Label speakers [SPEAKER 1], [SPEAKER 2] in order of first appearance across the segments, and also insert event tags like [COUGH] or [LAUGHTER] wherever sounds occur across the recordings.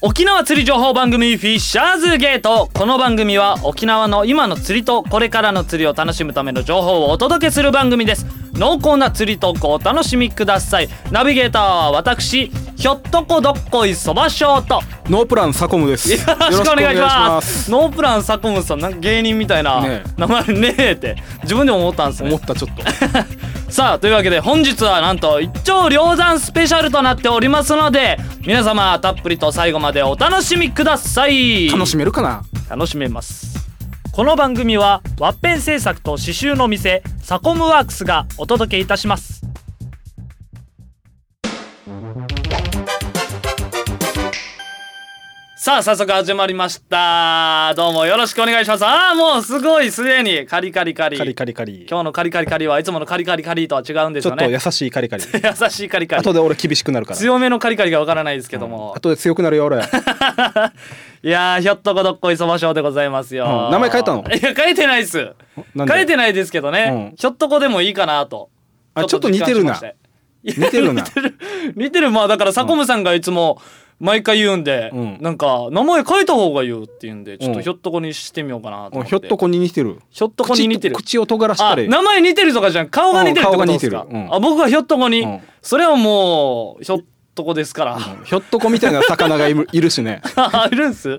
[SPEAKER 1] 沖縄釣り情報番組フィッシャーズゲートこの番組は沖縄の今の釣りとこれからの釣りを楽しむための情報をお届けする番組です濃厚な釣りトークをお楽しみくださいナビゲーターは私ひょっとこどっこいそばしょうと
[SPEAKER 2] ノープランサコムです。
[SPEAKER 1] よろしくお願いし
[SPEAKER 2] よろ
[SPEAKER 1] ま
[SPEAKER 2] しく
[SPEAKER 1] すノープランサコムさんなんか芸人みたいな
[SPEAKER 2] ね
[SPEAKER 1] 名前ねえって自分でも思ったんです
[SPEAKER 2] お願いします思
[SPEAKER 1] ね
[SPEAKER 2] ったちょっと。
[SPEAKER 1] さあというわけで本日はなんと一丁両山スペシャルとなっておりますので皆様たっぷりと最後までお楽しみください
[SPEAKER 2] 楽しめるかな。
[SPEAKER 1] 楽しめますこの番組はワッペン製作と刺繍の店サコムワークスがお届けいたしますさあ早速始まりましたどうもよろしくお願いしますああもうすごいすでにカリカリカリ
[SPEAKER 2] カリカリカリ。
[SPEAKER 1] 今日のカリカリカリはいつものカリカリカリとは違うんです
[SPEAKER 2] ちょ
[SPEAKER 1] よ
[SPEAKER 2] っと
[SPEAKER 1] ね
[SPEAKER 2] 優しいカリカリ。
[SPEAKER 1] 優しいカリカリ
[SPEAKER 2] 後で俺厳しくなるから。
[SPEAKER 1] 強めのカリカリがわからないですけども、
[SPEAKER 2] 後で強くなるよ俺。
[SPEAKER 1] いやーひょっとこどっこいそばしょうでございますよ、
[SPEAKER 2] うん名前変えたの
[SPEAKER 1] いや変えてないっす
[SPEAKER 2] なんで
[SPEAKER 1] 変えてないですけどね、
[SPEAKER 2] うん
[SPEAKER 1] ひょっとこでもいいかなと
[SPEAKER 2] あちょっと似てる
[SPEAKER 1] 実
[SPEAKER 2] な
[SPEAKER 1] 感しま
[SPEAKER 2] 似
[SPEAKER 1] して
[SPEAKER 2] て
[SPEAKER 1] いや [LAUGHS]
[SPEAKER 2] るな。
[SPEAKER 1] 似てるまあだからサコムさんがいつも毎回言うんで、
[SPEAKER 2] うん
[SPEAKER 1] なんか名前変えた方がいいよって言うんでちょっ
[SPEAKER 2] う
[SPEAKER 1] と
[SPEAKER 2] ん
[SPEAKER 1] ひょっとこにしてみようかなと
[SPEAKER 2] う
[SPEAKER 1] 思
[SPEAKER 2] ん
[SPEAKER 1] って、
[SPEAKER 2] ひょっとこに似てる。
[SPEAKER 1] ひょっとこに似てる
[SPEAKER 2] 口口を尖らした
[SPEAKER 1] あ
[SPEAKER 2] れ。
[SPEAKER 1] 名前似てるとかじゃん顔が似てるってことです
[SPEAKER 2] う
[SPEAKER 1] か
[SPEAKER 2] ん、顔が似てるうん
[SPEAKER 1] あ僕はひょっとこに、
[SPEAKER 2] うん
[SPEAKER 1] それはもうひょっとこですから、
[SPEAKER 2] ひょっとこみたいな魚がいるいるしね。
[SPEAKER 1] あ [LAUGHS] いるんす、
[SPEAKER 2] うん。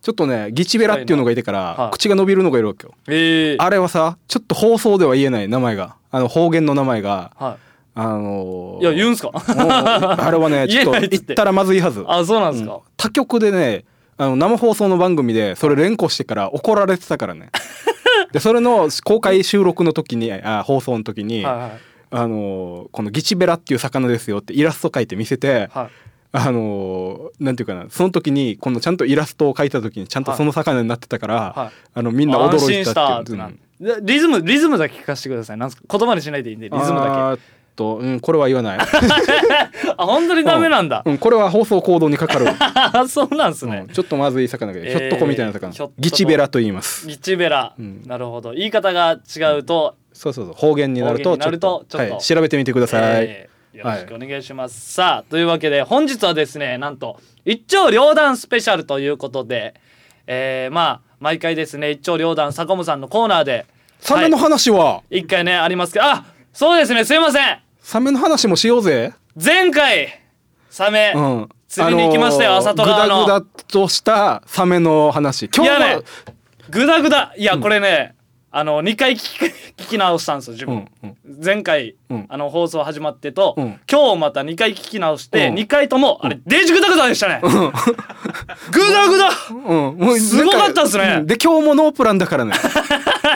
[SPEAKER 2] ちょっとねギチベラっていうのがいてから
[SPEAKER 1] い
[SPEAKER 2] 口が伸びるのがいるわけよ。
[SPEAKER 1] ええ
[SPEAKER 2] あれはさちょっと放送では言えない名前があの方言の名前が
[SPEAKER 1] は
[SPEAKER 2] あのー
[SPEAKER 1] い、いや言うんすか
[SPEAKER 2] もうあれはねちょっと
[SPEAKER 1] [LAUGHS] 言えないっつって
[SPEAKER 2] 言ったらまずいは
[SPEAKER 1] [LAUGHS]
[SPEAKER 2] ず。
[SPEAKER 1] あそうなんですか、
[SPEAKER 2] 他局でねあの生放送の番組でそれ連呼してから怒られてたか
[SPEAKER 1] [LAUGHS]
[SPEAKER 2] らねでそれの公開収録の時にあ放送の時に、
[SPEAKER 1] はいはい
[SPEAKER 2] あのーこの「ギチベラっていう魚ですよ」ってイラスト描いて見せて、
[SPEAKER 1] はい
[SPEAKER 2] あのーなんていうかなその時にこのちゃんとイラストを描いた時にちゃんとその魚になってたから、
[SPEAKER 1] はい
[SPEAKER 2] あのみんな驚いた
[SPEAKER 1] 安心したっ
[SPEAKER 2] って
[SPEAKER 1] て
[SPEAKER 2] いう
[SPEAKER 1] なでリズムリズムだけ聞かせてくださいなんすか言葉にしないでいいんでリズムだ
[SPEAKER 2] あーっと、うん、これは言わない、
[SPEAKER 1] けあ本当に [LAUGHS] ダメなんだ、
[SPEAKER 2] うん、これは放送行動にかかる、
[SPEAKER 1] [LAUGHS] あそうなんすね
[SPEAKER 2] うん、ちょっとまずい魚が、
[SPEAKER 1] えー
[SPEAKER 2] ひょっとこみたいな魚
[SPEAKER 1] ひょっとこ
[SPEAKER 2] ギチベラと言います
[SPEAKER 1] ギチベラ、
[SPEAKER 2] うん
[SPEAKER 1] なるほど言い方が違うと、
[SPEAKER 2] そうそうそう方言になる
[SPEAKER 1] 方
[SPEAKER 2] と
[SPEAKER 1] 言になるとちょっと
[SPEAKER 2] はい、調べてみてください、
[SPEAKER 1] えーよろしくお願いします、さあというわけで本日はですねなんと一丁両断スペシャルということで、えー、まあ毎回ですね一丁両断坂本さんのコーナーで
[SPEAKER 2] サメの
[SPEAKER 1] は
[SPEAKER 2] 話は、
[SPEAKER 1] い一回ねありますけどあそうですねすいません
[SPEAKER 2] サメの話もしようぜ、
[SPEAKER 1] 前回サメ、
[SPEAKER 2] うん、
[SPEAKER 1] 釣りに行きましたよ朝
[SPEAKER 2] と
[SPEAKER 1] 戸川の
[SPEAKER 2] グダグダとしたサメの話今
[SPEAKER 1] いや
[SPEAKER 2] 日は、
[SPEAKER 1] ねグダグダいやこれね、あの2回聞き聞き [LAUGHS] 直したんですよ自分、
[SPEAKER 2] うん
[SPEAKER 1] 前回、
[SPEAKER 2] うん
[SPEAKER 1] あの放送始まってと、
[SPEAKER 2] うん
[SPEAKER 1] 今日また2回聞き直して、
[SPEAKER 2] うん
[SPEAKER 1] 2回とも、あれデジグダグダでしたね、グダグダ [LAUGHS]
[SPEAKER 2] うん、もう
[SPEAKER 1] すごかったっすね
[SPEAKER 2] なんうんで今日もノープランだからね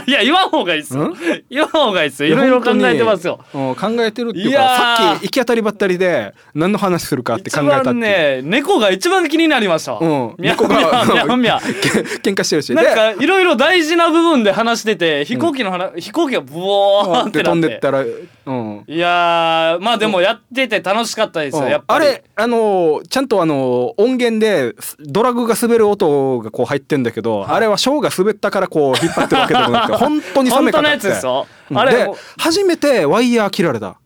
[SPEAKER 1] いや言わん方がいいっすよ
[SPEAKER 2] ん
[SPEAKER 1] 言わん方がいいっす [LAUGHS] よいろいろ考えてますよ
[SPEAKER 2] 本当にうん、考えてるっていう
[SPEAKER 1] い
[SPEAKER 2] か
[SPEAKER 1] やー
[SPEAKER 2] さっき行き当たりばったりで何の話するかって考
[SPEAKER 1] 一
[SPEAKER 2] えたっていう
[SPEAKER 1] 番ね猫が一番気になりましたわ、
[SPEAKER 2] うん
[SPEAKER 1] みゃ
[SPEAKER 2] 猫が
[SPEAKER 1] みゃみゃみゃ
[SPEAKER 2] [LAUGHS] 喧嘩してるし
[SPEAKER 1] なん
[SPEAKER 2] で
[SPEAKER 1] かいろいろ大事な部分で話してて飛行機の話、飛行機がブオーンって
[SPEAKER 2] で
[SPEAKER 1] な
[SPEAKER 2] 飛
[SPEAKER 1] っ
[SPEAKER 2] ん
[SPEAKER 1] て
[SPEAKER 2] でったら、うん、
[SPEAKER 1] いやーまあでもやってて楽しかったですよ、
[SPEAKER 2] うん
[SPEAKER 1] やっぱ
[SPEAKER 2] あ
[SPEAKER 1] り
[SPEAKER 2] れあのーちゃんとあのー音源ですドラグが滑る音がこう入ってんだけど、あれはショーが滑ったからこう引っ張ってるわけでも
[SPEAKER 1] [LAUGHS]
[SPEAKER 2] なくて本当に冷
[SPEAKER 1] 本
[SPEAKER 2] めか
[SPEAKER 1] 当
[SPEAKER 2] か
[SPEAKER 1] の
[SPEAKER 2] って
[SPEAKER 1] やつですよ、
[SPEAKER 2] うん
[SPEAKER 1] あれ
[SPEAKER 2] で初めてワイヤー切られた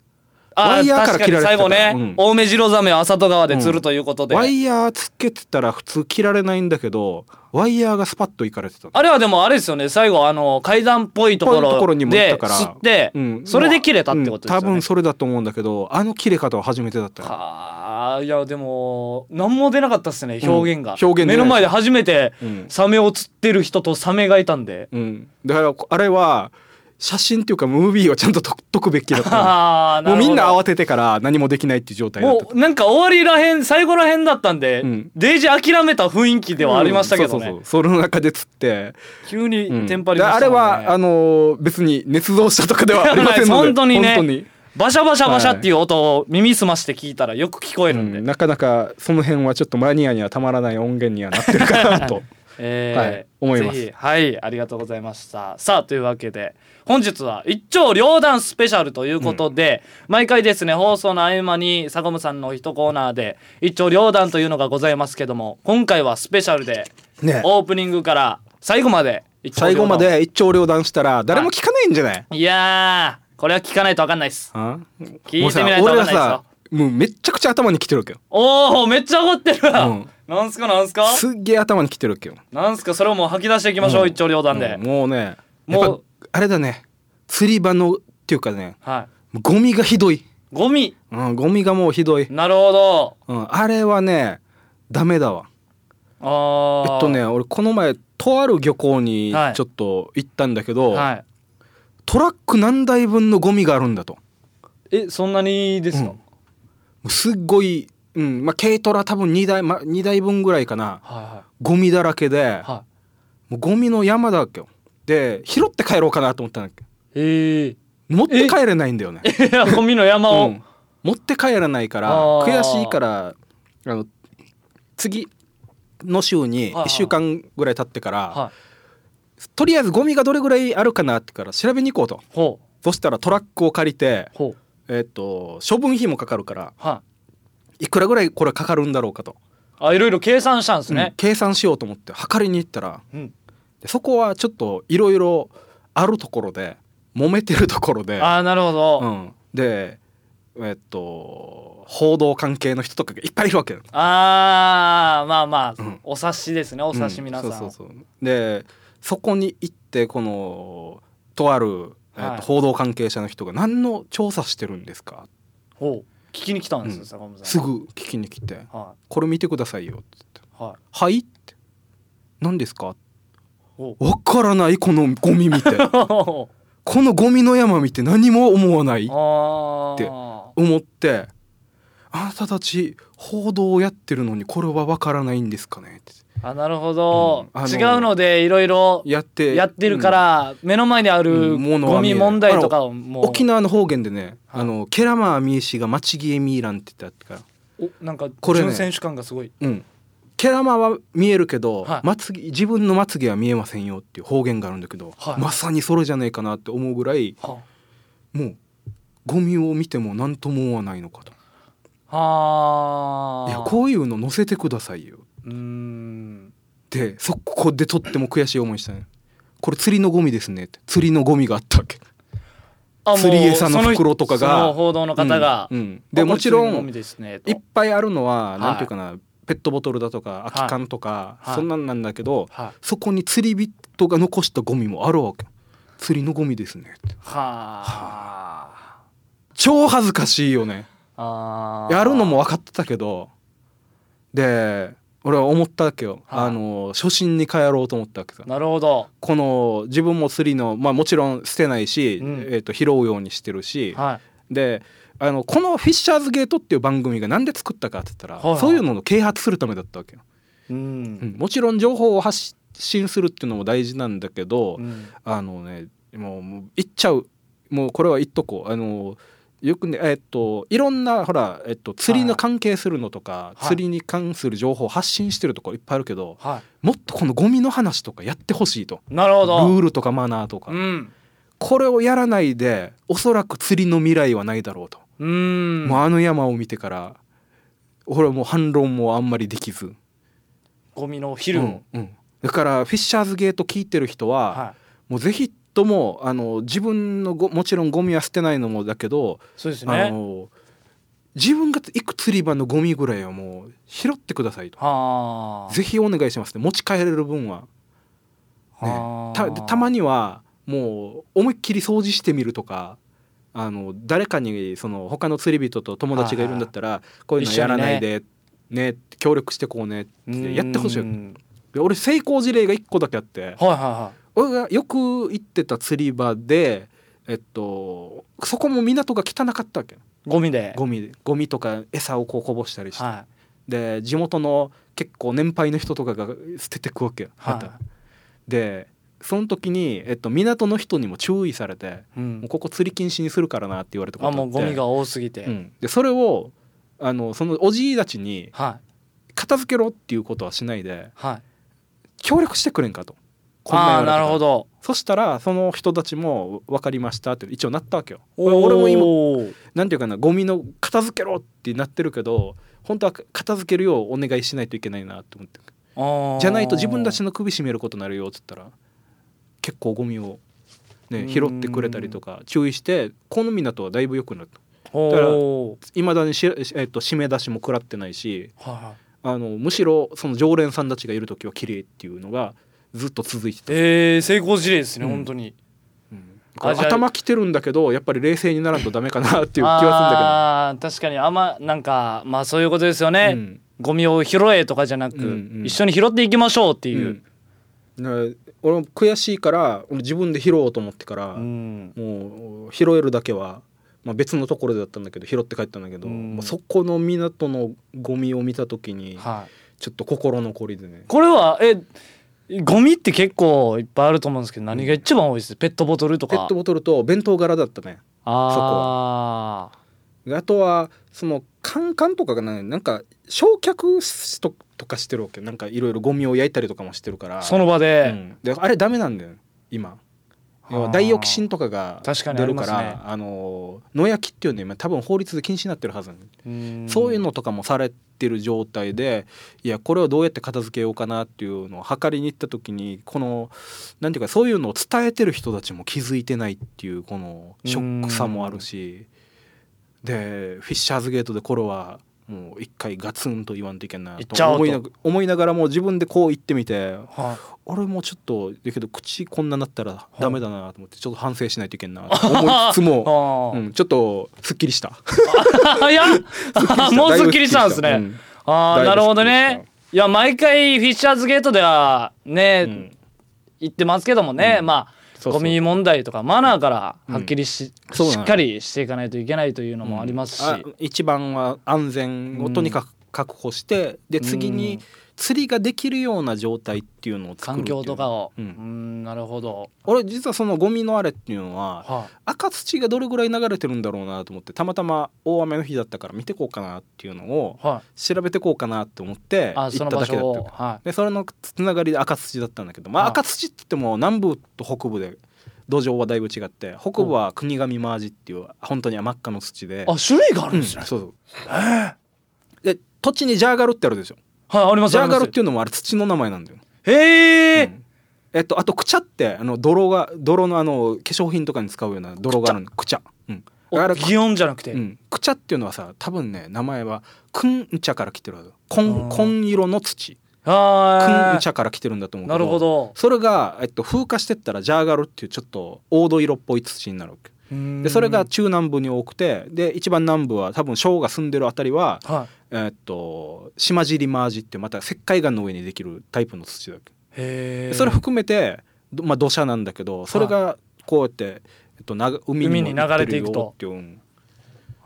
[SPEAKER 1] あ
[SPEAKER 2] ワイヤーか
[SPEAKER 1] 確
[SPEAKER 2] ら
[SPEAKER 1] か
[SPEAKER 2] 切ら
[SPEAKER 1] に
[SPEAKER 2] れてた
[SPEAKER 1] 最後ね、
[SPEAKER 2] うん
[SPEAKER 1] 青梅白ザメを浅戸川で釣るということで、
[SPEAKER 2] ワイヤーつけてたら普通切られないんだけどワイヤーがスパッといかれてた
[SPEAKER 1] あれはでもあれですよね最後あの階段っぽいとこ
[SPEAKER 2] こういうところ
[SPEAKER 1] ろ
[SPEAKER 2] にも行っ
[SPEAKER 1] で
[SPEAKER 2] たから
[SPEAKER 1] 釣って、
[SPEAKER 2] うん
[SPEAKER 1] それで切れたってことですよね、
[SPEAKER 2] うん多分それだと思うんだけどあの切れ方は初めてだったよ
[SPEAKER 1] はあいやでも何も出なかったっすね表現が、
[SPEAKER 2] うん表現出ない
[SPEAKER 1] 目の前で初めて
[SPEAKER 2] うん
[SPEAKER 1] サメを釣ってる人とサメがいたんで、
[SPEAKER 2] うん、だからあれは写真っていうかムービーをちゃんと撮っとくべきだった
[SPEAKER 1] [LAUGHS] ああな
[SPEAKER 2] もう
[SPEAKER 1] るほど
[SPEAKER 2] みんな慌ててから何もできないっていう状態だった
[SPEAKER 1] もうなんか終わりらへん最後らへんだったんで、
[SPEAKER 2] うん
[SPEAKER 1] デイジ諦めた雰囲気ではありましたけどね、
[SPEAKER 2] うんそうそうそうその中で釣って、
[SPEAKER 1] 急にテンパり
[SPEAKER 2] で
[SPEAKER 1] まし
[SPEAKER 2] あ
[SPEAKER 1] た
[SPEAKER 2] れ
[SPEAKER 1] もんね、
[SPEAKER 2] はあのー別に捏造したとかではありません
[SPEAKER 1] [LAUGHS]
[SPEAKER 2] ので
[SPEAKER 1] 本当にね
[SPEAKER 2] 本
[SPEAKER 1] バシャバシャバシャっていう音を耳すまして聞いたらよく聞こえ
[SPEAKER 2] 当
[SPEAKER 1] るん
[SPEAKER 2] に
[SPEAKER 1] で、
[SPEAKER 2] うんなかなかその辺はちょっとマニアにはたまらない音源にはなってるか
[SPEAKER 1] [LAUGHS]
[SPEAKER 2] なと
[SPEAKER 1] え
[SPEAKER 2] はい思います
[SPEAKER 1] ぜひはいありがとうございましたさあというわけで本日は一丁両断スペシャルということで、毎回ですね放送の合間に坂本さんの一コーナーで一丁両断というのがございますけども今回はスペシャルで、
[SPEAKER 2] ね
[SPEAKER 1] オープニングから最後まで一丁
[SPEAKER 2] 最
[SPEAKER 1] 両
[SPEAKER 2] 後
[SPEAKER 1] 断
[SPEAKER 2] まで一長両断したら誰も聞かないんじゃない、
[SPEAKER 1] いやーこれは聞かないとわかんないっす
[SPEAKER 2] あ
[SPEAKER 1] 聞いてみないとわかんないですよ
[SPEAKER 2] 俺らさもうめっちゃくちゃ頭にきてるわけよ
[SPEAKER 1] おおめっちゃ上がってる、
[SPEAKER 2] ん
[SPEAKER 1] なんすかなんすか
[SPEAKER 2] すっげえ頭にきてるわけよ
[SPEAKER 1] なんすかそれをもう吐き出していきましょう、
[SPEAKER 2] うん
[SPEAKER 1] 一丁両断で、
[SPEAKER 2] うんもうね
[SPEAKER 1] もう
[SPEAKER 2] やっぱあれだね釣り場のっていうかね
[SPEAKER 1] は
[SPEAKER 2] ゴミがひどい、
[SPEAKER 1] いゴミ
[SPEAKER 2] うん、ゴミがもうひどい、
[SPEAKER 1] なるほど
[SPEAKER 2] うん、あれはねダメだわ
[SPEAKER 1] あー
[SPEAKER 2] えっとね俺この前とある漁港に
[SPEAKER 1] はい
[SPEAKER 2] ちょっと行ったんだけど、
[SPEAKER 1] はい
[SPEAKER 2] トラック何台分のゴミがあるんだと
[SPEAKER 1] えそんなにですか、
[SPEAKER 2] うんすっごい、うんまあ、軽トラ多分2台、ま、2台分ぐらいかな
[SPEAKER 1] はいは
[SPEAKER 2] ゴミだらけで
[SPEAKER 1] いは
[SPEAKER 2] もうゴミの山だわけよで拾って帰ろうかなと思ったんだけど
[SPEAKER 1] いへえ
[SPEAKER 2] 持って帰れないんだよね、
[SPEAKER 1] いや [LAUGHS] ゴミの山を、
[SPEAKER 2] うん持って帰らないから
[SPEAKER 1] あー
[SPEAKER 2] 悔しいからあの次の週に
[SPEAKER 1] はいはい
[SPEAKER 2] 1週間ぐらい経ってから、
[SPEAKER 1] は
[SPEAKER 2] とりあえずゴミがどれぐらいあるかなってから調べに行こうと
[SPEAKER 1] いほ
[SPEAKER 2] そしたらトラックを借りて
[SPEAKER 1] うほう
[SPEAKER 2] えっと処分費もかかるから
[SPEAKER 1] はい
[SPEAKER 2] いくらぐらいこれかかるんだろうかと、
[SPEAKER 1] あいろいろ計算したんです
[SPEAKER 2] うん
[SPEAKER 1] ね、
[SPEAKER 2] 計算しようと思って測りに行ったら
[SPEAKER 1] うん
[SPEAKER 2] でそこはちょっといろいろあるところで揉めてるところで、
[SPEAKER 1] ああなるほど、
[SPEAKER 2] うん、でえっと報道関係の人とかがいっぱいいるわけよ
[SPEAKER 1] ああまあまあ、
[SPEAKER 2] うん
[SPEAKER 1] お察しですねお察し皆さん、
[SPEAKER 2] うそうそうそうでそこに行ってこのとある、えっ
[SPEAKER 1] はい
[SPEAKER 2] と報道関係者の人が何の調査してるんですか
[SPEAKER 1] ほう聞きに来たんですよ、
[SPEAKER 2] うん
[SPEAKER 1] 坂本
[SPEAKER 2] す
[SPEAKER 1] さん
[SPEAKER 2] ぐ聞きに来て
[SPEAKER 1] は
[SPEAKER 2] 「これ見てくださいよ」って言っ
[SPEAKER 1] い
[SPEAKER 2] て
[SPEAKER 1] はい
[SPEAKER 2] 「はい?」って「何ですか?」
[SPEAKER 1] ほ
[SPEAKER 2] わからないこのゴミ見
[SPEAKER 1] [LAUGHS]
[SPEAKER 2] て
[SPEAKER 1] う
[SPEAKER 2] このゴミの山見て何も思わない
[SPEAKER 1] あ
[SPEAKER 2] って
[SPEAKER 1] あ
[SPEAKER 2] 思って「あなたたち報道をやってるのにこれはわからないんですかね」って
[SPEAKER 1] あなるほど、
[SPEAKER 2] うんあの
[SPEAKER 1] 違うのでいろいろ
[SPEAKER 2] やって
[SPEAKER 1] やってるか、
[SPEAKER 2] うん
[SPEAKER 1] ら、目の前にある
[SPEAKER 2] うんもの
[SPEAKER 1] ゴ
[SPEAKER 2] は見
[SPEAKER 1] ミ
[SPEAKER 2] える
[SPEAKER 1] 問題とかをもう
[SPEAKER 2] 沖縄の方言でね「
[SPEAKER 1] はい
[SPEAKER 2] あのケラマーミーシがマチギエミーラン」って言ってあったか
[SPEAKER 1] おなんか
[SPEAKER 2] これね
[SPEAKER 1] 準選手感がすごい
[SPEAKER 2] ら、うん、ケラマーは見えるけど、
[SPEAKER 1] はい
[SPEAKER 2] まつげ自分のまつげは見えませんよっていう方言があるんだけど、
[SPEAKER 1] はい
[SPEAKER 2] まさにそれじゃねえかなって思うぐらい
[SPEAKER 1] は
[SPEAKER 2] もうゴミを見ても何とも思わないのかと
[SPEAKER 1] あ
[SPEAKER 2] いやこういうの載せてくださいよ
[SPEAKER 1] ううーん
[SPEAKER 2] でそこでとっても悔しい思いしたねこれ釣りのゴミですねって釣りのゴミがあったわけ
[SPEAKER 1] あもう
[SPEAKER 2] 釣り餌の袋とかが
[SPEAKER 1] その報道の方が、
[SPEAKER 2] うんうんでもちろん
[SPEAKER 1] いっ
[SPEAKER 2] いっぱいあるのは
[SPEAKER 1] はい
[SPEAKER 2] なんていうかな、ペットボトルだとか空き缶とか、
[SPEAKER 1] はい
[SPEAKER 2] そんなんなんだけど、
[SPEAKER 1] はい
[SPEAKER 2] そこに釣り人が残したゴミもあるわけ釣りのゴミですねって
[SPEAKER 1] は
[SPEAKER 2] 超恥ずかしいよね
[SPEAKER 1] あ
[SPEAKER 2] やるのも分かってたけどで俺は思ったわけよ、
[SPEAKER 1] はい
[SPEAKER 2] あの初心に帰ろうと思ったわけさ
[SPEAKER 1] なるほど
[SPEAKER 2] この自分も釣りのまあもちろん捨てないし、
[SPEAKER 1] うん
[SPEAKER 2] えー、と拾うようにしてるし、
[SPEAKER 1] はい
[SPEAKER 2] であのこの「フィッシャーズゲート」っていう番組がなんで作ったかって言ったら、
[SPEAKER 1] はいはい
[SPEAKER 2] そういうのの啓発するためだったわけよ
[SPEAKER 1] う、
[SPEAKER 2] うんんもちろん情報を発信するっていうのも大事なんだけど、
[SPEAKER 1] うん
[SPEAKER 2] あのねもうもう言っちゃうもうこれは言っとこうあのよくねえっといろんなほら、えっと、釣りの関係するのとか、
[SPEAKER 1] はい
[SPEAKER 2] 釣りに関する情報を発信してるところいっぱいあるけど、
[SPEAKER 1] は
[SPEAKER 2] もっとこのゴミの話とかやってほしいと
[SPEAKER 1] いなる
[SPEAKER 2] ル
[SPEAKER 1] ほど
[SPEAKER 2] ールとかマナーとか、
[SPEAKER 1] うん
[SPEAKER 2] これをやらないでおそらく釣りの未来はないだろうと、
[SPEAKER 1] うん
[SPEAKER 2] もうあの山を見てから俺はもう反論もあんまりできず。
[SPEAKER 1] ゴミの昼も、
[SPEAKER 2] うんうんだからフィッシャーズゲート聞いてる人は、
[SPEAKER 1] はい
[SPEAKER 2] もうぜひともあの自分のごもちろんゴミは捨てないのもだけど、
[SPEAKER 1] そうです
[SPEAKER 2] あ
[SPEAKER 1] ね
[SPEAKER 2] の自分が行く釣り場のゴミぐらいはもう拾ってくださいと
[SPEAKER 1] はあ
[SPEAKER 2] ぜひお願いしますね持ち帰れる分は、ね
[SPEAKER 1] は、あ
[SPEAKER 2] たでたまにはもう思いっきり掃除してみるとかあの誰かにその他の釣り人と友達がいるんだったらこういうのやらないでねって協力してこうねってやってほしいわ
[SPEAKER 1] う
[SPEAKER 2] け
[SPEAKER 1] ん
[SPEAKER 2] で俺成功事例が1個だけあって
[SPEAKER 1] はいはいは
[SPEAKER 2] 俺がよく行ってた釣り場でえっとそこも港が汚かったわけ
[SPEAKER 1] いゴミで
[SPEAKER 2] ゴミでゴミとか餌をこうこぼしたりして、
[SPEAKER 1] は
[SPEAKER 2] で地元の結構年配の人とかが捨ててくわけまた、
[SPEAKER 1] は
[SPEAKER 2] でその時に、えっと、港の人にも注意されて
[SPEAKER 1] い、う、
[SPEAKER 2] 「もうんここ釣り禁止にするからな」って言われたこと
[SPEAKER 1] あ
[SPEAKER 2] って
[SPEAKER 1] もうゴミが多すぎて、
[SPEAKER 2] うん、でそれをあのそのおじいたちに
[SPEAKER 1] はい
[SPEAKER 2] 片付けろっていうことはしないで
[SPEAKER 1] はい
[SPEAKER 2] 協力してくれんかとこん
[SPEAKER 1] あ
[SPEAKER 2] な
[SPEAKER 1] あ
[SPEAKER 2] ん
[SPEAKER 1] ー
[SPEAKER 2] 言
[SPEAKER 1] な
[SPEAKER 2] わ
[SPEAKER 1] る
[SPEAKER 2] れたから
[SPEAKER 1] ほど
[SPEAKER 2] そしたらその人たちも分かりましたって一応なったわけよ。
[SPEAKER 1] お
[SPEAKER 2] 俺も今
[SPEAKER 1] ー
[SPEAKER 2] なんていうかなゴミの片付けろってなってるけど本当は片付けるようお願いしないといけないなって思って
[SPEAKER 1] あー
[SPEAKER 2] じゃないと自分たちの首絞めることになるよっつったら結構ゴミを、
[SPEAKER 1] う
[SPEAKER 2] ね、
[SPEAKER 1] ん
[SPEAKER 2] 拾ってくれたりとか注意してこの港はだいぶ良くなった。
[SPEAKER 1] はほ
[SPEAKER 2] だから
[SPEAKER 1] う
[SPEAKER 2] いまだにし、えっと、締め出しも食らってないし
[SPEAKER 1] はいはい
[SPEAKER 2] あのむしろその常連さんたちがいる時は綺麗っていうのがずっと続いてた、
[SPEAKER 1] えー、成功事例ですね、
[SPEAKER 2] うん
[SPEAKER 1] 本当に
[SPEAKER 2] うん
[SPEAKER 1] あじゃあ
[SPEAKER 2] 頭きてるんだけどやっぱり冷静にならんとダメかなっていう気は
[SPEAKER 1] ああー確かにあんまなんかまあそういうことですよ
[SPEAKER 2] す
[SPEAKER 1] ね、
[SPEAKER 2] るんだ
[SPEAKER 1] ゴミを拾えとかじゃなく、
[SPEAKER 2] うんうん
[SPEAKER 1] 一緒に拾っていきましょうって
[SPEAKER 2] け
[SPEAKER 1] い
[SPEAKER 2] ど、うん
[SPEAKER 1] う、
[SPEAKER 2] うんだから俺も悔しいから俺自分で拾おうと思ってから、
[SPEAKER 1] うん
[SPEAKER 2] もう拾えるだけは、まあ、別のところでだったんだけど拾って帰ったんだけど、
[SPEAKER 1] うん
[SPEAKER 2] もうそこの港のゴミを見た時に
[SPEAKER 1] はい
[SPEAKER 2] ちょっと心残りでね
[SPEAKER 1] これはえゴミって結構いっぱいあると思うんですけど何が一番多いですペットボトルと
[SPEAKER 2] ペ
[SPEAKER 1] か
[SPEAKER 2] ットボトルと弁当柄だったね
[SPEAKER 1] ああ
[SPEAKER 2] あとはそのカンカンとかがねなんか焼却しととかしてるわけなんかいろいろゴミを焼いたりとかもしてるから
[SPEAKER 1] その場
[SPEAKER 2] う
[SPEAKER 1] で、
[SPEAKER 2] ん、であれダメなんだよ今要は
[SPEAKER 1] あー
[SPEAKER 2] ダイオキシンとかが
[SPEAKER 1] 確かに
[SPEAKER 2] 出るから
[SPEAKER 1] あ
[SPEAKER 2] あ、
[SPEAKER 1] りますね
[SPEAKER 2] の野焼きっていうのは今多分法律で禁止になってるはずなの
[SPEAKER 1] うん
[SPEAKER 2] そういうのとかもされてる状態でいやこれをどうやって片付けようかなっていうのを測りに行った時にこのなんていうかそういうのを伝えてる人たちも気づいてないっていうこのショックさもあるしでフィッシャーズゲートでこれはもう一回ガツンと言わんといけんな
[SPEAKER 1] 言っちゃおうと
[SPEAKER 2] 思いなが思いながらも自分でこう言ってみて
[SPEAKER 1] は
[SPEAKER 2] 俺もちょっとだけど口こんななったらダメだなと思ってちょっと反省しないといけんなと [LAUGHS] 思いつ
[SPEAKER 1] [LAUGHS]
[SPEAKER 2] つも、
[SPEAKER 1] あ
[SPEAKER 2] うん、ちょっとすっきりした。
[SPEAKER 1] あ [LAUGHS] いや
[SPEAKER 2] [LAUGHS]
[SPEAKER 1] もうすっきりしたんですね、
[SPEAKER 2] だいぶっきりしたうん
[SPEAKER 1] ああ
[SPEAKER 2] だいぶ
[SPEAKER 1] なるほど
[SPEAKER 2] すっき
[SPEAKER 1] ね
[SPEAKER 2] りし
[SPEAKER 1] いや毎回フィッシャーズゲートではね、
[SPEAKER 2] うん
[SPEAKER 1] 言ってますけどもね、
[SPEAKER 2] うん
[SPEAKER 1] まあ
[SPEAKER 2] そうそう
[SPEAKER 1] ゴミ問題とかマナーからはっきりし,、
[SPEAKER 2] うんそうな
[SPEAKER 1] し
[SPEAKER 2] の
[SPEAKER 1] っかりしていかないといけないというのもありますし、
[SPEAKER 2] あ一番は安全をとにかく確保して、で次
[SPEAKER 1] うん
[SPEAKER 2] に釣りができるような状態っていうのを作る
[SPEAKER 1] 環
[SPEAKER 2] ってい
[SPEAKER 1] 境
[SPEAKER 2] う
[SPEAKER 1] とかをう
[SPEAKER 2] うんん
[SPEAKER 1] なるほど、
[SPEAKER 2] 俺実はそのゴミのあれっていうのは
[SPEAKER 1] は
[SPEAKER 2] 赤土がどれぐらい流れてるんだろうなと思ってたまたま大雨の日だったから見てこうかなっていうのを
[SPEAKER 1] いは
[SPEAKER 2] 調べてこうかなって思っ
[SPEAKER 1] い、
[SPEAKER 2] て行
[SPEAKER 1] あ
[SPEAKER 2] っ
[SPEAKER 1] そ
[SPEAKER 2] た
[SPEAKER 1] の場
[SPEAKER 2] だけだ
[SPEAKER 1] 所
[SPEAKER 2] った
[SPEAKER 1] を、は
[SPEAKER 2] でそれのつながりで赤土だったんだけどま
[SPEAKER 1] あ
[SPEAKER 2] あ赤土って言っても南部と北部で土壌はだいぶ違って北部は国神マージっていう本当に真っ赤の土
[SPEAKER 1] い、
[SPEAKER 2] で
[SPEAKER 1] あ種類があるん
[SPEAKER 2] うん
[SPEAKER 1] ですね、
[SPEAKER 2] そうそうで土地にジャーガルってあるでしょ
[SPEAKER 1] はいあります
[SPEAKER 2] ジャーガル
[SPEAKER 1] あ
[SPEAKER 2] っ
[SPEAKER 1] り
[SPEAKER 2] ていうのもあれ土の名前なんだよ、
[SPEAKER 1] ますへえ、
[SPEAKER 2] うんえっとあとクチャってあの泥が泥のあの化粧品とかに使うような泥があるのクチャうん
[SPEAKER 1] お
[SPEAKER 2] あれ
[SPEAKER 1] 擬音じゃなくて、
[SPEAKER 2] うん、クチャっていうのはさ多分ね名前はクンチャから来てるはず
[SPEAKER 1] あー
[SPEAKER 2] 紺紺色の土ク
[SPEAKER 1] あ
[SPEAKER 2] ンチャから来てるんだと思
[SPEAKER 1] あ
[SPEAKER 2] うけ
[SPEAKER 1] な
[SPEAKER 2] ど
[SPEAKER 1] るほど
[SPEAKER 2] それが、えっと、風化してったらジャーガルっていうちょっと黄土色っぽい土になるわけ
[SPEAKER 1] で
[SPEAKER 2] でそれが中南部に多くてで一番南部は多分ショウが住んでるあたりは
[SPEAKER 1] は
[SPEAKER 2] えーっと島尻マージってまた石灰岩の上にできるタイプの土だっけ
[SPEAKER 1] いへえ
[SPEAKER 2] それ含めて、どまあ、土砂なんだけどそれがこうやって、えっと、なが海にも
[SPEAKER 1] 海に流れていく
[SPEAKER 2] 行ってるよ
[SPEAKER 1] と
[SPEAKER 2] っていううん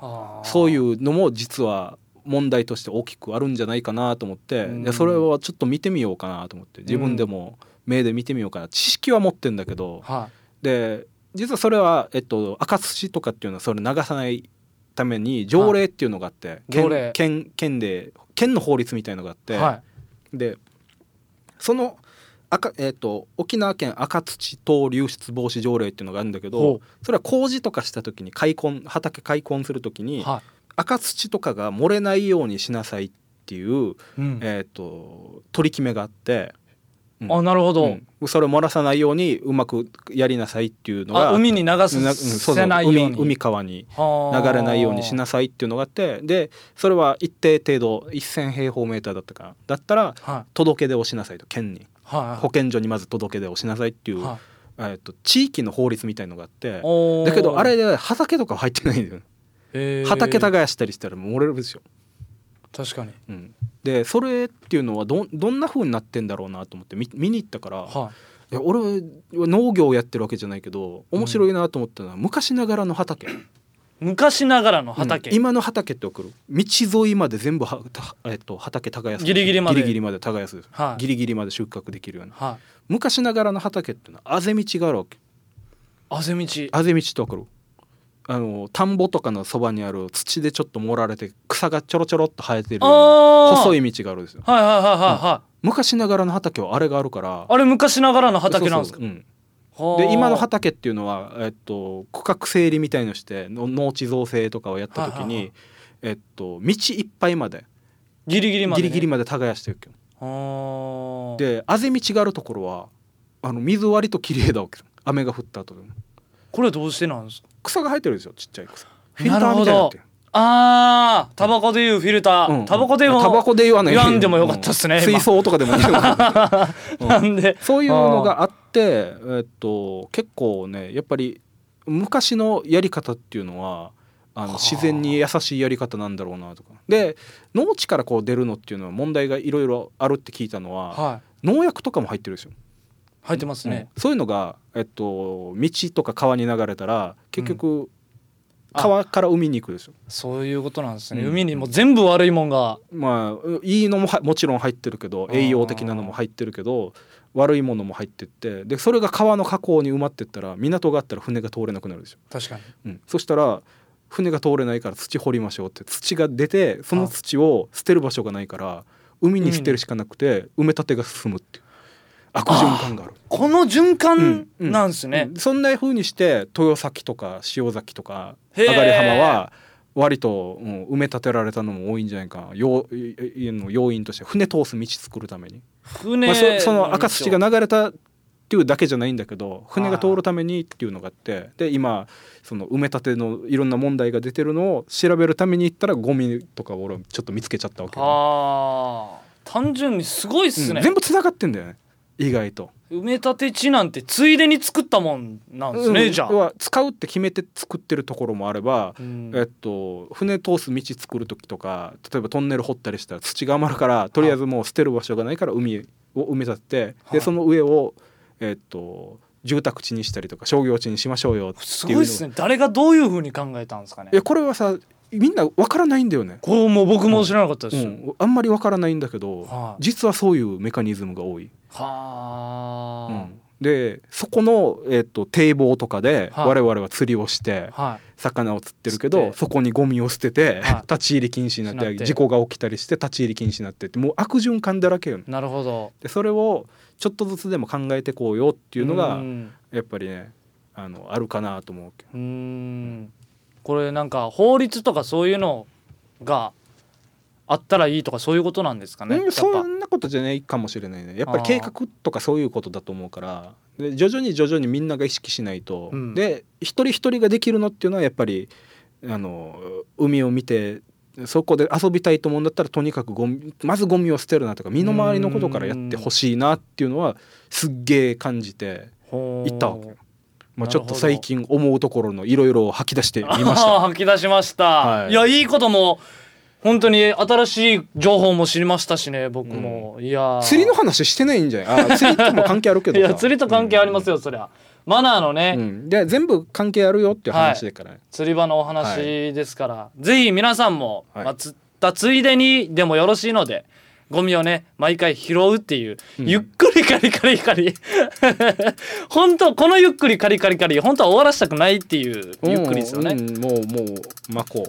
[SPEAKER 1] あー
[SPEAKER 2] そういうのも実は問題として大きくあるんじゃないかなと思って、
[SPEAKER 1] うん
[SPEAKER 2] でそれはちょっと見てみようかなと思って自分でも目で見てみようかな知識は持ってんだけど
[SPEAKER 1] は
[SPEAKER 2] で実はそれは、えっと、赤土とかっていうのはそれ流さないために条例っていうのがあって、県
[SPEAKER 1] 条例
[SPEAKER 2] 県県で県の法律みたいのがあっ
[SPEAKER 1] い
[SPEAKER 2] て、
[SPEAKER 1] は
[SPEAKER 2] でその赤、えっと沖縄県赤土等流出防止条例っていうのがあるんだけ
[SPEAKER 1] ほ
[SPEAKER 2] どそれは工事とかした時に開墾畑開墾する時
[SPEAKER 1] い
[SPEAKER 2] に
[SPEAKER 1] は
[SPEAKER 2] 赤土とかが漏れないようにしなさいっていう、
[SPEAKER 1] い、うん
[SPEAKER 2] えっと取り決めがあって。うん
[SPEAKER 1] あなるほど、
[SPEAKER 2] うんそれを漏らさないようにうまくやりなさいっていうの
[SPEAKER 1] あ
[SPEAKER 2] が
[SPEAKER 1] 海に流
[SPEAKER 2] なうん
[SPEAKER 1] す
[SPEAKER 2] そう
[SPEAKER 1] せ
[SPEAKER 2] そう
[SPEAKER 1] ないように
[SPEAKER 2] 海海川に
[SPEAKER 1] 流
[SPEAKER 2] 流れないようにしなさいっていうのがあってでそれは一定程度1,000平方メーターだったかなだったら
[SPEAKER 1] は
[SPEAKER 2] 届け出をしなさいと県に
[SPEAKER 1] いはい
[SPEAKER 2] 保健所にまず届け出をしなさいっていう、
[SPEAKER 1] は
[SPEAKER 2] えっと地域の法律みたいのがあって
[SPEAKER 1] いおー
[SPEAKER 2] だけどあれで畑とかは入ってないんだよ、
[SPEAKER 1] へー
[SPEAKER 2] 畑耕したりしたら漏れるでしょ、
[SPEAKER 1] 確かに
[SPEAKER 2] うん、でそれっていうのはどんどんな風になってんだろうなと思って見見に行ったから、
[SPEAKER 1] はい
[SPEAKER 2] や俺は農業をやってるわけじゃないけど面白いなと思ったのは、昔ながらの畑
[SPEAKER 1] い昔ながらの畑、
[SPEAKER 2] うん今の畑って送る道沿いまで全部は、たえっと、畑耕す
[SPEAKER 1] ギリギリまで
[SPEAKER 2] ギリギリまで耕す、
[SPEAKER 1] はい
[SPEAKER 2] ギリギリまで収穫できるような
[SPEAKER 1] はい
[SPEAKER 2] 昔ながらの畑っていうのはあぜ道があるわけ
[SPEAKER 1] あぜ道
[SPEAKER 2] あぜ道って送るあの田んぼとかのそばにある土でちょっと盛られて草がちょろちょろっと生えてるよう
[SPEAKER 1] あ
[SPEAKER 2] な
[SPEAKER 1] ー
[SPEAKER 2] 細い道があるんですよ
[SPEAKER 1] はいはいはいはいは
[SPEAKER 2] 昔ながらの畑はあれがあるから
[SPEAKER 1] いあれ昔ながらの畑なんですか
[SPEAKER 2] そうそううん
[SPEAKER 1] はー
[SPEAKER 2] で今の畑っていうのは、えっと、区画整理みたいのしての農地造成とかをやった時に、
[SPEAKER 1] はいはいはい
[SPEAKER 2] えっと、道いっぱいまで
[SPEAKER 1] ギリギリまで、ね、
[SPEAKER 2] ギリギリまで耕してるけど
[SPEAKER 1] はー
[SPEAKER 2] であぜ道があるところはあの水割りと綺麗だわけよ雨が降った後でも
[SPEAKER 1] これどうしてなんですか
[SPEAKER 2] 草が生えてるんですよちっちゃい草フィルターみたいになってる
[SPEAKER 1] あータバコでいうフィルタ
[SPEAKER 2] うん
[SPEAKER 1] ータバコでも
[SPEAKER 2] タバコで言わない
[SPEAKER 1] 言わんでもよかったっすね
[SPEAKER 2] うん
[SPEAKER 1] 今
[SPEAKER 2] 水槽とかでもいい
[SPEAKER 1] [LAUGHS]
[SPEAKER 2] ようん
[SPEAKER 1] なんで
[SPEAKER 2] そういうのがあってえっと結構ねやっぱり昔のやり方っていうのはあの
[SPEAKER 1] はあ
[SPEAKER 2] 自然に優しいやり方なんだろうなとかで農地からこう出るのっていうのは問題がいろいろあるって聞いたのは、
[SPEAKER 1] はい
[SPEAKER 2] 農薬とかも入ってるでしょ、
[SPEAKER 1] 入ってますね
[SPEAKER 2] うんそういうのが、えっと、道とか川に流れたら結局、
[SPEAKER 1] あ
[SPEAKER 2] 川から海に行くでしょ
[SPEAKER 1] そういうことなんですね
[SPEAKER 2] うん
[SPEAKER 1] 海にも全部悪いもんが
[SPEAKER 2] まあういいのもはもちろん入ってるけど
[SPEAKER 1] あー
[SPEAKER 2] 栄養的なのも入ってるけど悪いものも入ってってでそれが川の河口に埋まってったら港があったら船が通れなくなるでしょ、
[SPEAKER 1] 確かに
[SPEAKER 2] うん、そしたら船が通れないから土掘りましょうって土が出てその土を捨てる場所がないから海に捨てるしかなくて埋め立てが進むっていう悪循環がある。
[SPEAKER 1] この循環
[SPEAKER 2] うん
[SPEAKER 1] なんですね
[SPEAKER 2] うんそんな風にして豊崎とか塩崎とか
[SPEAKER 1] へ
[SPEAKER 2] 上
[SPEAKER 1] ー
[SPEAKER 2] がり浜は割と、うん埋め立てられたのも多いんじゃないか要いの要因として船通す道作るために、
[SPEAKER 1] 船
[SPEAKER 2] まあ、
[SPEAKER 1] の道を
[SPEAKER 2] そその赤土が流れたっていうだけじゃないんだけど船が通るためにっていうのがあってで今その埋め立てのいろんな問題が出てるのを調べるために行ったらゴミとかを俺はちょっと見つけちゃったわけよね、
[SPEAKER 1] あー単純にすごいっす
[SPEAKER 2] う
[SPEAKER 1] ね
[SPEAKER 2] ん全部つながってんだよね意外と。
[SPEAKER 1] 埋め立て地なんてついでに作ったもんなんです
[SPEAKER 2] う
[SPEAKER 1] ね
[SPEAKER 2] ん
[SPEAKER 1] じゃ
[SPEAKER 2] 要
[SPEAKER 1] あ
[SPEAKER 2] は使うって決めて作ってるところもあれば
[SPEAKER 1] う、ん
[SPEAKER 2] えっと、船通す道作る時とか例えばトンネル掘ったりしたら土が余るからとりあえずもう捨てる場所がないから海を埋め立てて、
[SPEAKER 1] はい
[SPEAKER 2] でその上を、えっと、住宅地にしたりとか商業地にしましょうよっていうの
[SPEAKER 1] すごいっすね誰がどういう風に考えたんですかね
[SPEAKER 2] いやこれはさみんなわからないんだよね、
[SPEAKER 1] これもう僕も知らなかったで
[SPEAKER 2] う
[SPEAKER 1] すよ
[SPEAKER 2] ん、あんまりわからないんだけど、
[SPEAKER 1] はい
[SPEAKER 2] 実はそういうメカニズムが多い。う
[SPEAKER 1] は
[SPEAKER 2] んでそこの、えっと堤防とかで
[SPEAKER 1] はい
[SPEAKER 2] 我々は釣りをして、
[SPEAKER 1] あは
[SPEAKER 2] 魚を釣ってるけ
[SPEAKER 1] 釣っ
[SPEAKER 2] ど
[SPEAKER 1] て
[SPEAKER 2] そこにゴミを捨てて、
[SPEAKER 1] はい
[SPEAKER 2] [LAUGHS] 立ち入り禁止にな
[SPEAKER 1] な
[SPEAKER 2] っ
[SPEAKER 1] ってて
[SPEAKER 2] 事故が起きたりして立ち入り禁止になってってもう悪循環だらけよね
[SPEAKER 1] いなるほど
[SPEAKER 2] でそれをちょっとずつでも考えてこうよっていうの
[SPEAKER 1] う
[SPEAKER 2] が
[SPEAKER 1] ん
[SPEAKER 2] やっぱりねあのあるかなと思うけど
[SPEAKER 1] うんこれなんか法律とかそういうのがあったらいいとかそういうことなんですかねやっ
[SPEAKER 2] うん、
[SPEAKER 1] ぱ
[SPEAKER 2] そんなことじゃないかもしれないねやっぱり
[SPEAKER 1] あー
[SPEAKER 2] 計画とかそういうことだと思うからで徐々に徐々にみんなが意識しないと、
[SPEAKER 1] うん
[SPEAKER 2] で一人一人ができるのっていうのはやっぱりあの海を見てそこで遊びたいと思うんだったらとにかくゴミまずゴミを捨てるなとか身の回りのことからやってほしいなっていうのはすっげえ感じて
[SPEAKER 1] ほー
[SPEAKER 2] いったわけよ、ま
[SPEAKER 1] なるほど
[SPEAKER 2] あ、ちょっと最近思うところのいろいろ吐き出してみまし
[SPEAKER 1] [LAUGHS] あ
[SPEAKER 2] た。
[SPEAKER 1] ー吐き出しました、、
[SPEAKER 2] はいい
[SPEAKER 1] やいいことも本当に新しい情報も知りましたしね僕も、いやー
[SPEAKER 2] 釣りの話してないんじゃないあ釣りとも関係あるけど
[SPEAKER 1] い
[SPEAKER 2] さ
[SPEAKER 1] や釣りと関係ありますよ、そりゃマナーのね、
[SPEAKER 2] うん、で全部関係あるよっていう話だから、
[SPEAKER 1] 釣り場のお
[SPEAKER 2] は
[SPEAKER 1] 話ですから、ぜひ皆さんも、
[SPEAKER 2] はい
[SPEAKER 1] まあ、釣ったついでにでもよろしいのでゴミをね毎回拾うっていう、
[SPEAKER 2] うん
[SPEAKER 1] ゆっくりカリカリカリ [LAUGHS] 本当このゆっくりカリカリカリ本当は終わらせたくないっていうゆっくりですよね、
[SPEAKER 2] うんうんもうもう巻こ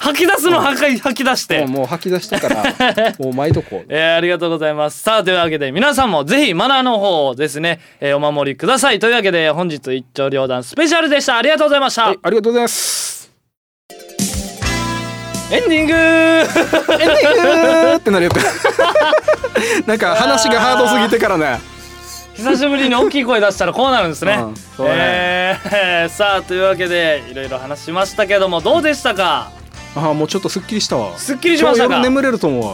[SPEAKER 1] 吐き出すの吐き吐き出し
[SPEAKER 2] う
[SPEAKER 1] て
[SPEAKER 2] もうもう吐き出したから
[SPEAKER 1] [LAUGHS]
[SPEAKER 2] もう巻いとこう
[SPEAKER 1] えーありがとうございます。さあ、というわけで皆さんもぜひマナーの方をですね、えーお守りください。というわけで本日一丁両断スペシャルでした。ありがとうございました。
[SPEAKER 2] はいありがとうございます
[SPEAKER 1] エンディング
[SPEAKER 2] エンディングってなるよ [LAUGHS] なんか話がハードすぎてからね
[SPEAKER 1] 久しぶりに大きい声出したらこうなるんですね。
[SPEAKER 2] うんそうね
[SPEAKER 1] えー [LAUGHS] さあ、というわけでいろいろ話しましたけども、どうでしたか
[SPEAKER 2] ああもうちょっとすっきりしたわ
[SPEAKER 1] すっきりしました
[SPEAKER 2] 今
[SPEAKER 1] か
[SPEAKER 2] 日夜眠れると思う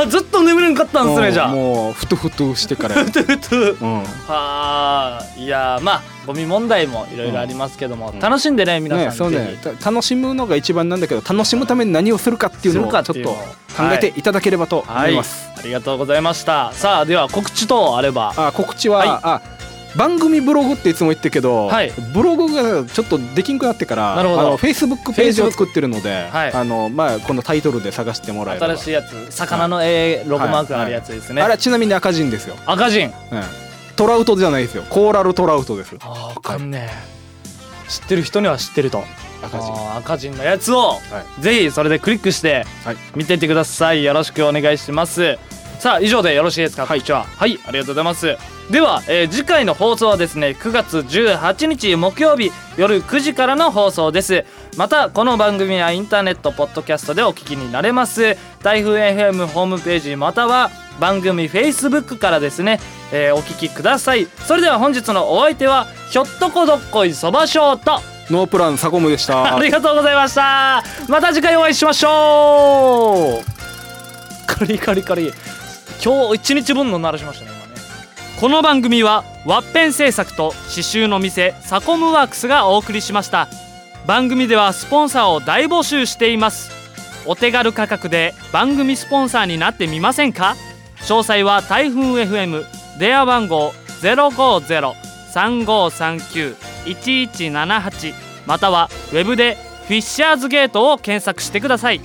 [SPEAKER 2] わ
[SPEAKER 1] [LAUGHS] ずっと眠れんかったんです
[SPEAKER 2] う
[SPEAKER 1] ね、
[SPEAKER 2] ん
[SPEAKER 1] じゃあ。
[SPEAKER 2] もうふとふとしてか
[SPEAKER 1] [LAUGHS]
[SPEAKER 2] らう
[SPEAKER 1] ふつふつ
[SPEAKER 2] ん
[SPEAKER 1] はあいやーまあゴミ問題もいろいろありますけども、
[SPEAKER 2] うん
[SPEAKER 1] 楽しんでね皆さん、
[SPEAKER 2] ねそう
[SPEAKER 1] ぜひ
[SPEAKER 2] ねた楽しむのが一番なんだけど楽しむために何をするかっていうの
[SPEAKER 1] する
[SPEAKER 2] をちょ
[SPEAKER 1] か
[SPEAKER 2] っ
[SPEAKER 1] って
[SPEAKER 2] と
[SPEAKER 1] いう
[SPEAKER 2] 考
[SPEAKER 1] のを
[SPEAKER 2] えていただければと思います、
[SPEAKER 1] ありがとうございましたさあでは告知等あれば
[SPEAKER 2] あ告知は、
[SPEAKER 1] はい
[SPEAKER 2] あ番組ブログっていつも言ってるけど、
[SPEAKER 1] はい
[SPEAKER 2] ブログがちょっとできんくなってから
[SPEAKER 1] なるほど
[SPEAKER 2] あのフェイスブックページを作ってるので、
[SPEAKER 1] はい
[SPEAKER 2] あのまあ、このタイトルで探してもらえれば
[SPEAKER 1] 新しいやつ魚のえーロゴマークあるやつですね、
[SPEAKER 2] あれはちなみに赤人ですよ、
[SPEAKER 1] 赤人
[SPEAKER 2] うん、トラウトじゃないですよコーラルトラウトです
[SPEAKER 1] あーわかんねえ知ってる人には知ってると
[SPEAKER 2] 赤
[SPEAKER 1] あ
[SPEAKER 2] 人
[SPEAKER 1] ー赤人のやつを、ぜひそれでクリックして
[SPEAKER 2] はい
[SPEAKER 1] 見ていってくださいよろしくお願いしますさあ以上でよろしいですか告知ははい、ありがとうございますでは、えー次回の放送はですね9月18日木曜日夜9時からの放送ですまたこの番組はインターネットポッドキャストでお聞きになれます台風 FM ホームページまたは番組 Facebook からですね、えーお聞きくださいそれでは本日のお相手はひょっとこどっこいそばショート
[SPEAKER 2] ノープランサゴムでした
[SPEAKER 1] [LAUGHS] ありがとうございましたまた次回お会いしましょうカリカリカリ今日一日分の鳴らしましたね今ねこの番組はワッペン製作と刺繍の店サコムワークスがお送りしました番組ではスポンサーを大募集していますお手軽価格で番組スポンサーになってみませんか詳細は台風 FM 電話番号050-3539-1178またはウェブでフィッシャーズゲートを検索してください